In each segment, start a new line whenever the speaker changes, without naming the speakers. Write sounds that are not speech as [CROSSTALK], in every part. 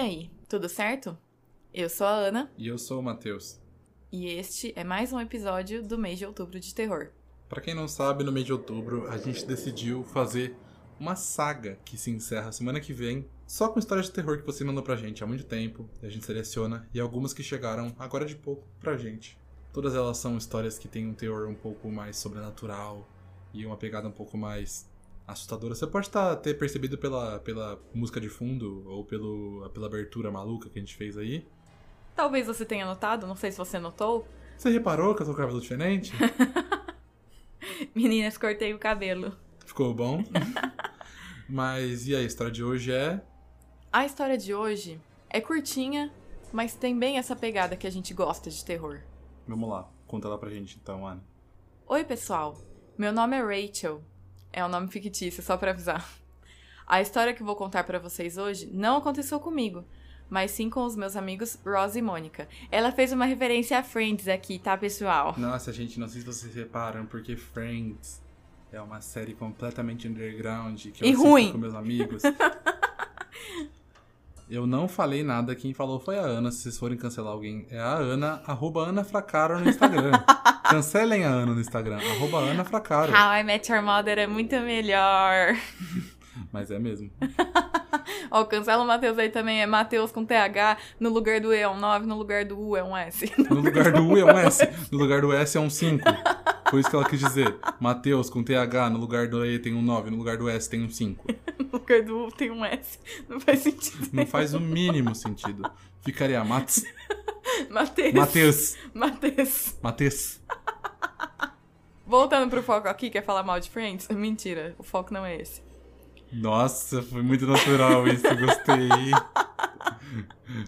aí, tudo certo? Eu sou a Ana
E eu sou o Matheus.
e este é mais um episódio do mês de outubro de terror.
Pra quem não sabe, no mês de outubro a gente decidiu fazer uma saga que se encerra semana que vem, só com histórias de terror que você mandou pra gente há muito tempo, a gente seleciona e algumas que chegaram agora de pouco pra gente. Todas elas são histórias que têm um teor um pouco mais sobrenatural e uma pegada um pouco mais assustadora. Você pode tá, ter percebido pela, pela música de fundo ou pelo, pela abertura maluca que a gente fez aí.
Talvez você tenha notado, não sei se você notou, [LAUGHS]
Você reparou que eu tô com o cabelo diferente?
meninas, cortei o cabelo.
Ficou bom. [LAUGHS] Mas e aí, a história de hoje é.
A história de hoje é curtinha, mas tem bem essa pegada que a gente gosta de terror.
Vamos lá, conta lá pra gente então, Ana.
Oi, pessoal. Meu nome é Rachel. É um nome fictício, só pra avisar. A história que vou contar pra vocês hoje não aconteceu comigo, mas sim com os meus amigos Ross e Mônica. Ela fez uma referência a Friends aqui, tá, pessoal?
Nossa, gente, não sei se vocês reparam, porque Friends é uma série completamente underground que eu
E
assisto
ruim.
com
[LAUGHS]
meus amigos. eu não falei nada, quem falou foi a Ana. Se vocês forem cancelar alguém, é a Ana, arroba Ana Fracaro
[LAUGHS]
no Instagram. Cancelem a Ana no Instagram, arroba Ana Fracaro.
How I Met Your Mother é muito melhor.
Mas é mesmo.
Ó, cancela o Matheus aí também, é Matheus com TH, no lugar do E é um 9, no lugar do U é um S. [LAUGHS]
No lugar do U é um S. No lugar do S é um 5. Foi isso que ela quis dizer. Mateus com TH, no lugar do E tem um 9, no lugar do S tem um 5.
No lugar do U tem um S. Não faz sentido.
Não faz o mínimo sentido. Ficaria Matos.
Matheus.
Mateus.
Matheus.
Mateus.
Voltando pro foco aqui, quer falar mal de Friends? Mentira, o foco não é esse.
Nossa, foi muito natural isso. Gostei.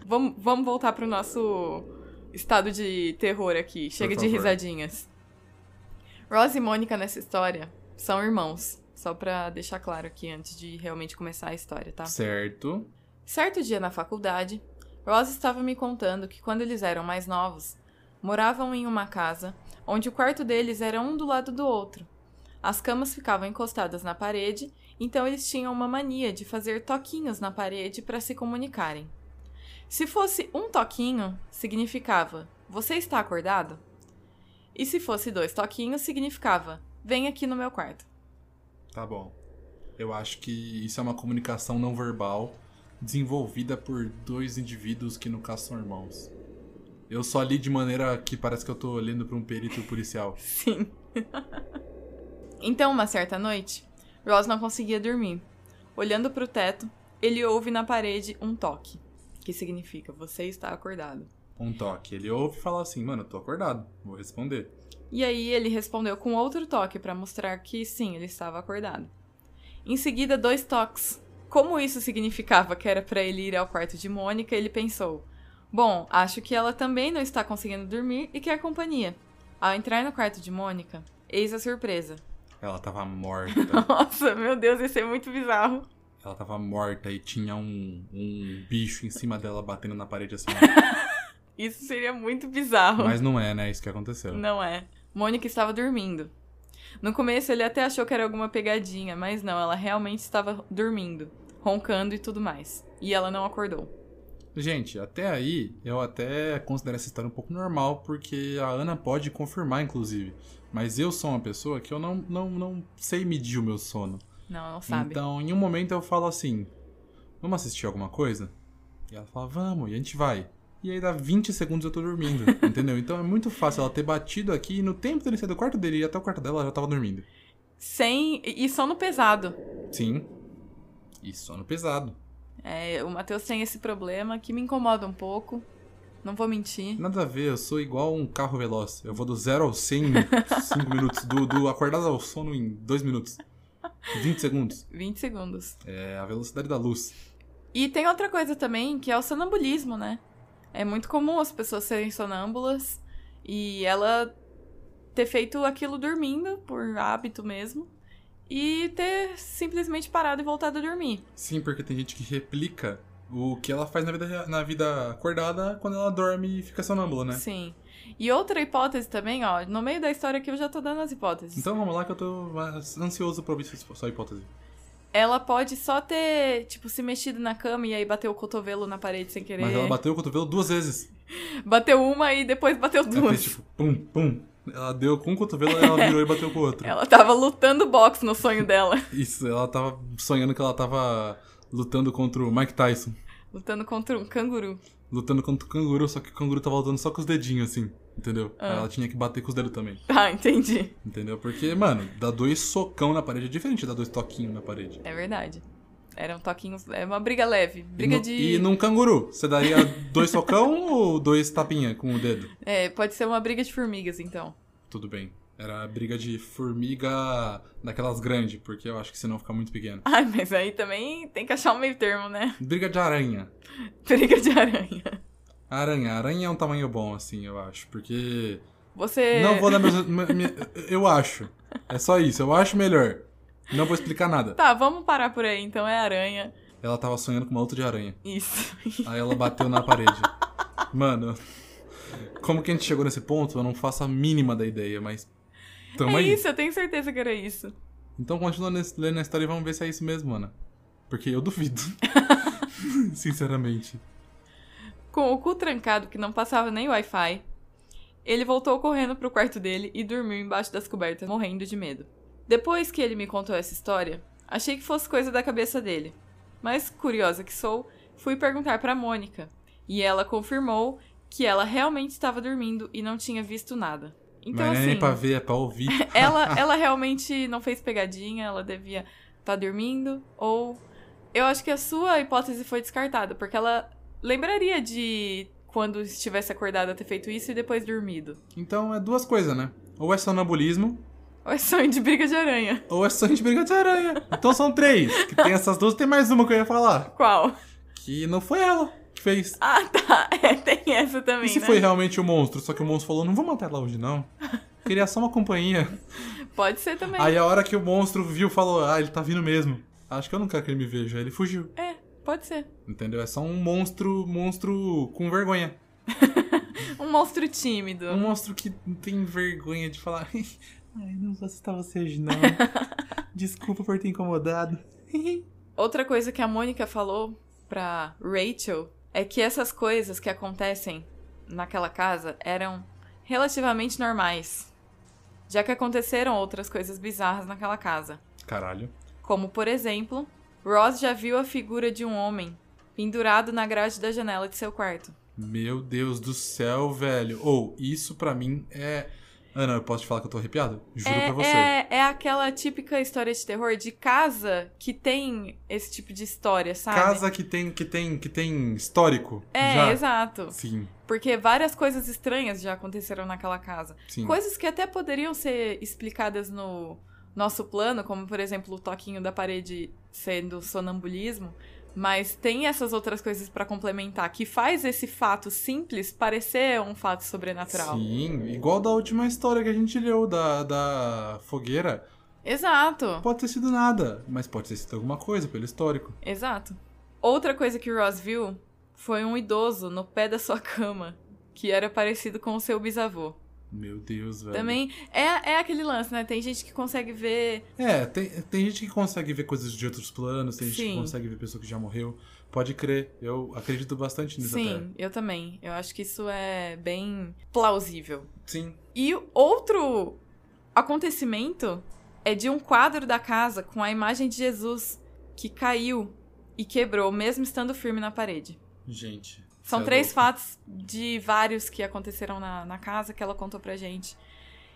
Vamos, vamos voltar pro nosso estado de terror aqui. Chega de
favor.
risadinhas. Ross e Mônica nessa história são irmãos. Só pra deixar claro aqui antes de realmente começar a história, tá?
Certo.
Certo dia na faculdade, Rosa estava me contando que quando eles eram mais novos, moravam em uma casa onde o quarto deles era um do lado do outro. As camas ficavam encostadas na parede, então eles tinham uma mania de fazer toquinhos na parede para se comunicarem. Se fosse um toquinho, significava: Você está acordado? E se fosse dois toquinhos, significava: Vem aqui no meu quarto.
Tá bom. Eu acho que isso é uma comunicação não verbal desenvolvida por dois indivíduos que no caso são irmãos. Eu só li de maneira que parece que eu tô olhando pra um perito policial.
Sim. então, uma certa noite, Ross não conseguia dormir. Olhando para o teto, ele ouve na parede um toque, que significa você está acordado.
um toque. Ele ouve e fala assim, mano, eu tô acordado, vou responder.
E aí ele respondeu com outro toque para mostrar que sim, ele estava acordado. Em seguida, dois toques. Como isso significava que era para ele ir ao quarto de Mônica, ele pensou: Bom, acho que ela também não está conseguindo dormir e quer companhia. Ao entrar no quarto de Mônica, eis a surpresa. [LAUGHS]
Ela tava morta.
Nossa, meu Deus, ia ser muito bizarro.
Ela tava morta e tinha um, um bicho em cima dela batendo na parede assim.
Isso seria muito bizarro.
Mas não é, né? Isso que
[LAUGHS]
aconteceu.
Não é. Mônica estava dormindo. No começo ele até achou que era alguma pegadinha, mas não, ela realmente estava dormindo, roncando e tudo mais. E ela não acordou.
Gente, até aí eu até considero essa história um pouco normal, porque a Ana pode confirmar, inclusive. Mas eu sou uma pessoa que eu não, não, não sei medir o meu sono.
Não, não sabe.
Então, em um momento eu falo assim: Vamos assistir alguma coisa? E ela fala: Vamos, e a gente vai. E aí, dá 20 segundos eu tô dormindo, entendeu? Então é muito fácil ela ter batido aqui e no tempo dele sair do quarto dele e ir até o quarto dela, ela já tava dormindo.
Sem. E e sono pesado.
Sim. E sono pesado.
É, o Matheus tem esse problema que me incomoda um pouco. Não vou mentir.
Nada a ver, eu sou igual um carro veloz. Eu vou do zero ao 100 em 5 minutos, do, do acordado ao sono em 2 minutos. 20 segundos.
20 segundos.
É a velocidade da luz.
E tem outra coisa também, que é o sonambulismo, né? É muito comum as pessoas serem sonâmbulas e ela ter feito aquilo dormindo, por hábito mesmo, e ter simplesmente parado e voltado a dormir.
Sim, porque tem gente que replica o que ela faz na vida, rea- na vida acordada quando ela dorme e fica sonâmbula, né?
Sim. E outra hipótese também, ó, no meio da história aqui eu já tô dando as hipóteses.
Então vamos lá que eu tô ah, ansioso pra ouvir sua sua hipótese.
Ela pode só ter, tipo, se mexido na cama e aí bateu o cotovelo na parede sem querer.
Mas ela bateu o cotovelo duas vezes.
Bateu uma e depois bateu
Ela
duas.
fez tipo, pum, pum. Ela deu com um cotovelo, ela virou e bateu com
[LAUGHS]
o outro.
Ela tava lutando boxe no sonho dela. [LAUGHS]
Isso, ela tava sonhando que ela tava lutando contra o Mike Tyson.
lutando contra um canguru.
Lutando contra o canguru, só que o canguru tava lutando só com os dedinhos, assim, entendeu?
Ah.
Aí Ela tinha que bater com os dedos também,
[LAUGHS] Ah, entendi.
entendeu? Porque, mano, dar dois socão na parede é diferente de dar dois toquinhos na parede.
É verdade. Era um toquinho. É uma briga leve.
e
Briga
no-
de.
E num canguru, você daria dois socão [LAUGHS] ou dois tapinha com o dedo?
É, pode ser uma briga de formigas, então.
Tudo bem. Era a briga de formiga daquelas grandes, porque eu acho que senão fica muito pequeno.
Ai, Ah, mas aí também tem que achar um meio termo, né? [LAUGHS]
Briga de aranha.
Briga de aranha.
Aranha. Aranha é um tamanho bom, assim, eu acho. Porque.
Você.
Não vou dar meus. me- me- eu acho. É só isso. Eu acho melhor. Não vou explicar nada.
Tá, vamos parar por aí. Então é aranha.
Ela tava sonhando com uma outra de aranha.
Isso.
Aí ela bateu na parede. Mano. Como que a gente chegou nesse ponto? Eu não faço a mínima da ideia, mas. Tamo
é
aí.
isso, eu tenho certeza que era isso.
Então continua nesse- lendo a história e vamos ver se é isso mesmo, Ana. Porque
[LAUGHS]
eu duvido. [LAUGHS] Sinceramente.
Com o cu trancado que não passava nem Wi-Fi, ele voltou correndo pro quarto dele e dormiu embaixo das cobertas, morrendo de medo. Depois que ele me contou essa história, achei que fosse coisa da cabeça dele. Mas, curiosa que sou, fui perguntar pra Mônica. E ela confirmou que ela realmente estava dormindo e não tinha visto nada. Então,
Mas não é nem pra
assim,
ver, é pra ouvir.
ela, ela realmente não fez pegadinha, ela devia estar dormindo, ou. Eu acho que a sua hipótese foi descartada, porque ela lembraria de quando estivesse acordada ter feito isso e depois dormido.
Então é duas coisas, né? Ou é sonambulismo,
Ou é sonho de briga de aranha?
ou é [LAUGHS] sonho de briga de aranha. Então são três. Que tem essas duas, tem mais uma que eu ia falar.
Qual?
Que não foi ela que fez.
Ah, tá. [LAUGHS] É, tem essa também.
E se
né?
foi realmente o monstro? Só que o monstro falou, não vou matar ela hoje, não. Queria só
[LAUGHS]
uma companhia.
Pode ser também.
Aí a hora que o monstro viu, falou, ah, ele tá vindo mesmo. Acho que eu não quero que ele me veja. Aí Ele fugiu.
Pode ser.
Entendeu? É só um monstro, monstro com vergonha.
Um monstro tímido.
Um monstro que tem vergonha de falar. [LAUGHS] Ai, não vou assustar você hoje,
[LAUGHS]
não. Desculpa por ter incomodado.
Outra coisa que a Mônica falou pra Rachel é que essas coisas que acontecem naquela casa eram relativamente normais, já que aconteceram outras coisas bizarras naquela casa.
Caralho.
Como, por exemplo, Ross já viu a figura de um homem pendurado na grade da janela de seu quarto.
Meu Deus do céu, velho. Ou, isso pra mim é. Ana, eu posso te falar que eu tô arrepiado? Juro pra você.
É, é, é aquela típica história de terror de casa que tem esse tipo de história, sabe?
Casa que tem, que tem, que tem histórico.
É,
já.
exato.
Sim,
Porque várias coisas estranhas já aconteceram naquela casa.
sim.
Coisas que até poderiam ser explicadas no nosso plano, como por exemplo o toquinho da parede sendo sonambulismo, mas tem essas outras coisas pra complementar que faz esse fato simples parecer um fato sobrenatural.
Sim, igual da última história que a gente leu da, da fogueira.
Exato,
Pode ter sido nada, mas pode ter sido alguma coisa pelo histórico.
exato. Outra coisa que o Ross viu foi um idoso no pé da sua cama, que era parecido com o seu bisavô.
Meu Deus, velho.
Também é, é aquele lance, né? Tem gente que consegue ver
É, tem, tem gente que consegue ver coisas de outros planos, tem gente
Sim.
que consegue ver pessoa que já morreu. Pode crer, eu acredito bastante nisso até.
Sim, eu também. Eu acho que isso é bem plausível.
Sim.
E outro acontecimento é de um quadro da casa com a imagem de Jesus que caiu e quebrou, mesmo estando firme na parede.
Gente.
São
cê é
três
louco.
fatos de vários que aconteceram na, na casa que ela contou pra gente.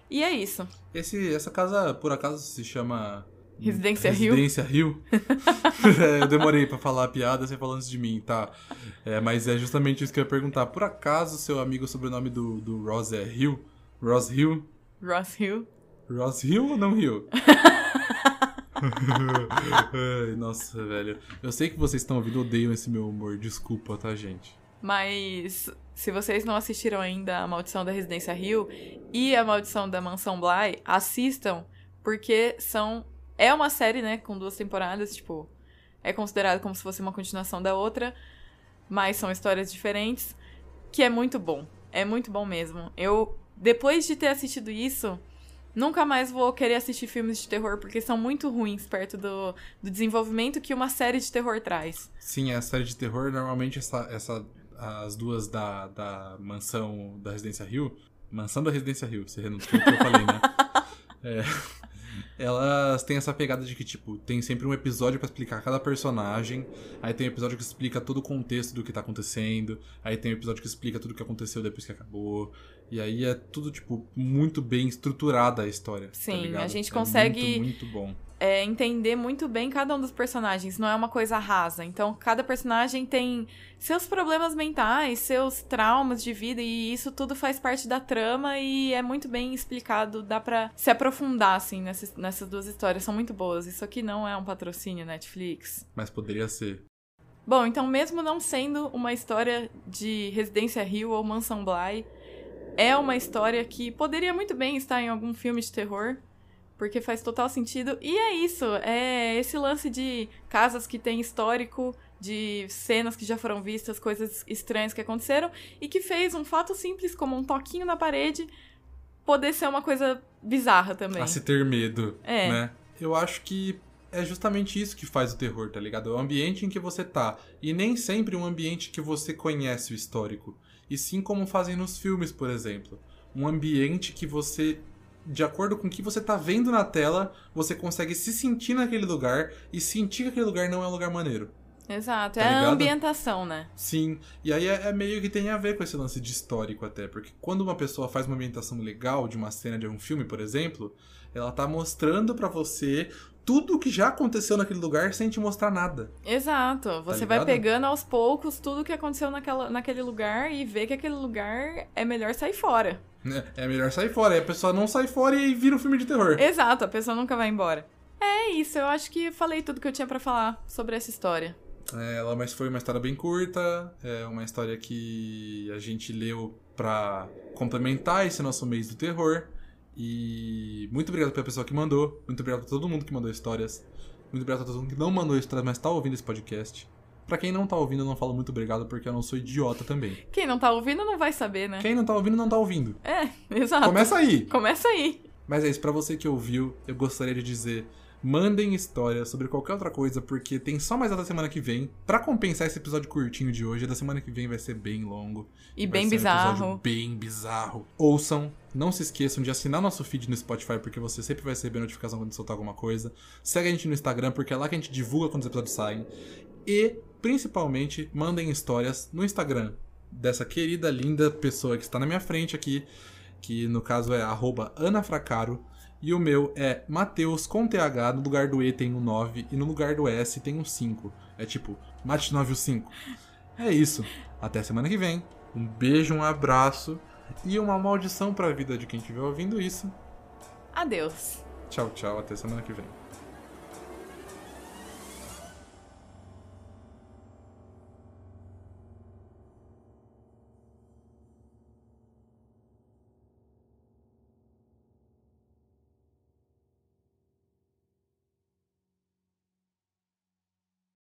E é isso.
Esse, essa casa, por acaso, se chama.
Residência Hill? [LAUGHS]
Residência Rio. [LAUGHS] É, eu demorei pra falar a piada, você falou antes de mim, tá? É, mas é justamente isso que eu ia perguntar. Por acaso, seu amigo, o sobrenome do, do Ross é Hill? Ross Hill?
Ross Hill.
Ross Hill ou não Hill? Ai, Nossa, velho. Eu sei que vocês estão ouvindo, odeiam esse meu humor. Desculpa, tá, gente?
Mas se vocês não assistiram ainda A Maldição da Residência Rio e A Maldição da Mansão Bly, assistam, porque são. É uma série, né? Com duas temporadas, tipo. É considerado como se fosse uma continuação da outra, mas são histórias diferentes, que é muito bom. É muito bom mesmo. Eu, depois de ter assistido isso, Nunca mais vou querer assistir filmes de terror porque são muito ruins perto do, do desenvolvimento que uma série de terror traz.
Sim, a série de terror, normalmente essa, essa, as duas da, da mansão da Residência Rio. Mansão da Residência Rio, você não escutou o que eu
[LAUGHS]
falei, né? É, elas têm essa pegada de que, tipo, tem sempre um episódio pra explicar cada personagem, aí tem um episódio que explica todo o contexto do que tá acontecendo, aí tem um episódio que explica tudo o que aconteceu depois que acabou, e aí é tudo, tipo, muito bem estruturada a história. tá
Sim, a
ligado?
gente
É
consegue-
muito, muito bom.
É entender muito bem cada um dos personagens, não é uma coisa rasa. Então, cada personagem tem seus problemas mentais, seus traumas de vida, e isso tudo faz parte da trama e é muito bem explicado. Dá pra se aprofundar, assim, nessas, nessas duas histórias. São muito boas. Isso aqui não é um patrocínio Netflix.
Mas poderia ser.
Bom, então mesmo não sendo uma história de Residência Hill ou Mansão Bly, é uma história que poderia muito bem estar em algum filme de terror, porque faz total sentido. E é isso, é esse lance de casas que têm histórico, de cenas que já foram vistas, coisas estranhas que aconteceram e que fez um fato simples como um toquinho na parede poder ser uma coisa bizarra também.
A Ah, se ter medo.
É.
né? Eu acho que é justamente isso que faz o terror, tá ligado? É o ambiente em que você tá. E nem sempre um ambiente que você conhece o histórico. E sim como fazem nos filmes, por exemplo. Um ambiente que você, de acordo com o que você tá vendo na tela, você consegue se sentir naquele lugar e sentir que aquele lugar não é um lugar maneiro.
Exato,
Tá
é a
ligado?
ambientação, né?
Sim, e aí é, é meio que tem a ver com esse lance de histórico até, porque quando uma pessoa faz uma ambientação legal de uma cena de um filme, por exemplo, ela tá mostrando pra você tudo o que já aconteceu naquele lugar sem te mostrar nada.
Exato. Você vai
Tá ligado?
pegando aos poucos tudo que aconteceu naquela, naquele lugar e vê que aquele lugar é melhor sair fora.
né? É melhor sair fora, e a pessoa não sai fora e aí vira um filme de terror.
Exato, a pessoa nunca vai embora. É isso, eu acho que falei tudo que eu tinha pra falar sobre essa história.
É, Ela mas foi uma história bem curta, é uma história que a gente leu pra complementar esse nosso mês do terror. E muito obrigado pela pessoa que mandou, muito obrigado pra todo mundo que mandou histórias, muito obrigado pra todo mundo que não mandou histórias, mas tá ouvindo esse podcast. Pra quem não tá ouvindo, eu não falo muito obrigado porque eu não sou idiota também.
Quem não tá ouvindo não vai saber, né? É,
Quem não tá ouvindo, não tá ouvindo.
[LAUGHS] Exato.
Começa aí!
Começa aí.
Mas é isso, pra você que ouviu, eu gostaria de dizer: mandem histórias sobre qualquer outra coisa, porque tem só mais data semana que vem. Pra compensar esse episódio curtinho de hoje, da semana que vem vai ser bem longo.
E
vai
bem
ser um
bizarro.
episódio bem bizarro. Ouçam, não se esqueçam de assinar nosso feed no Spotify, porque você sempre vai receber notificação quando soltar alguma coisa. Segue a gente no Instagram, porque é lá que a gente divulga quando os episódios saem. E, principalmente, mandem histórias no Instagram dessa querida, linda pessoa que está na minha frente aqui, que no caso é arroba anafracaro. E o meu é Mateus com TH, no lugar do E tem um 9 e no lugar do S tem um 5. É tipo, mate 9 o 5. É isso. Até semana que vem. Um beijo, um abraço e uma maldição pra vida de quem estiver ouvindo isso.
Adeus.
Tchau, tchau. Até semana que vem.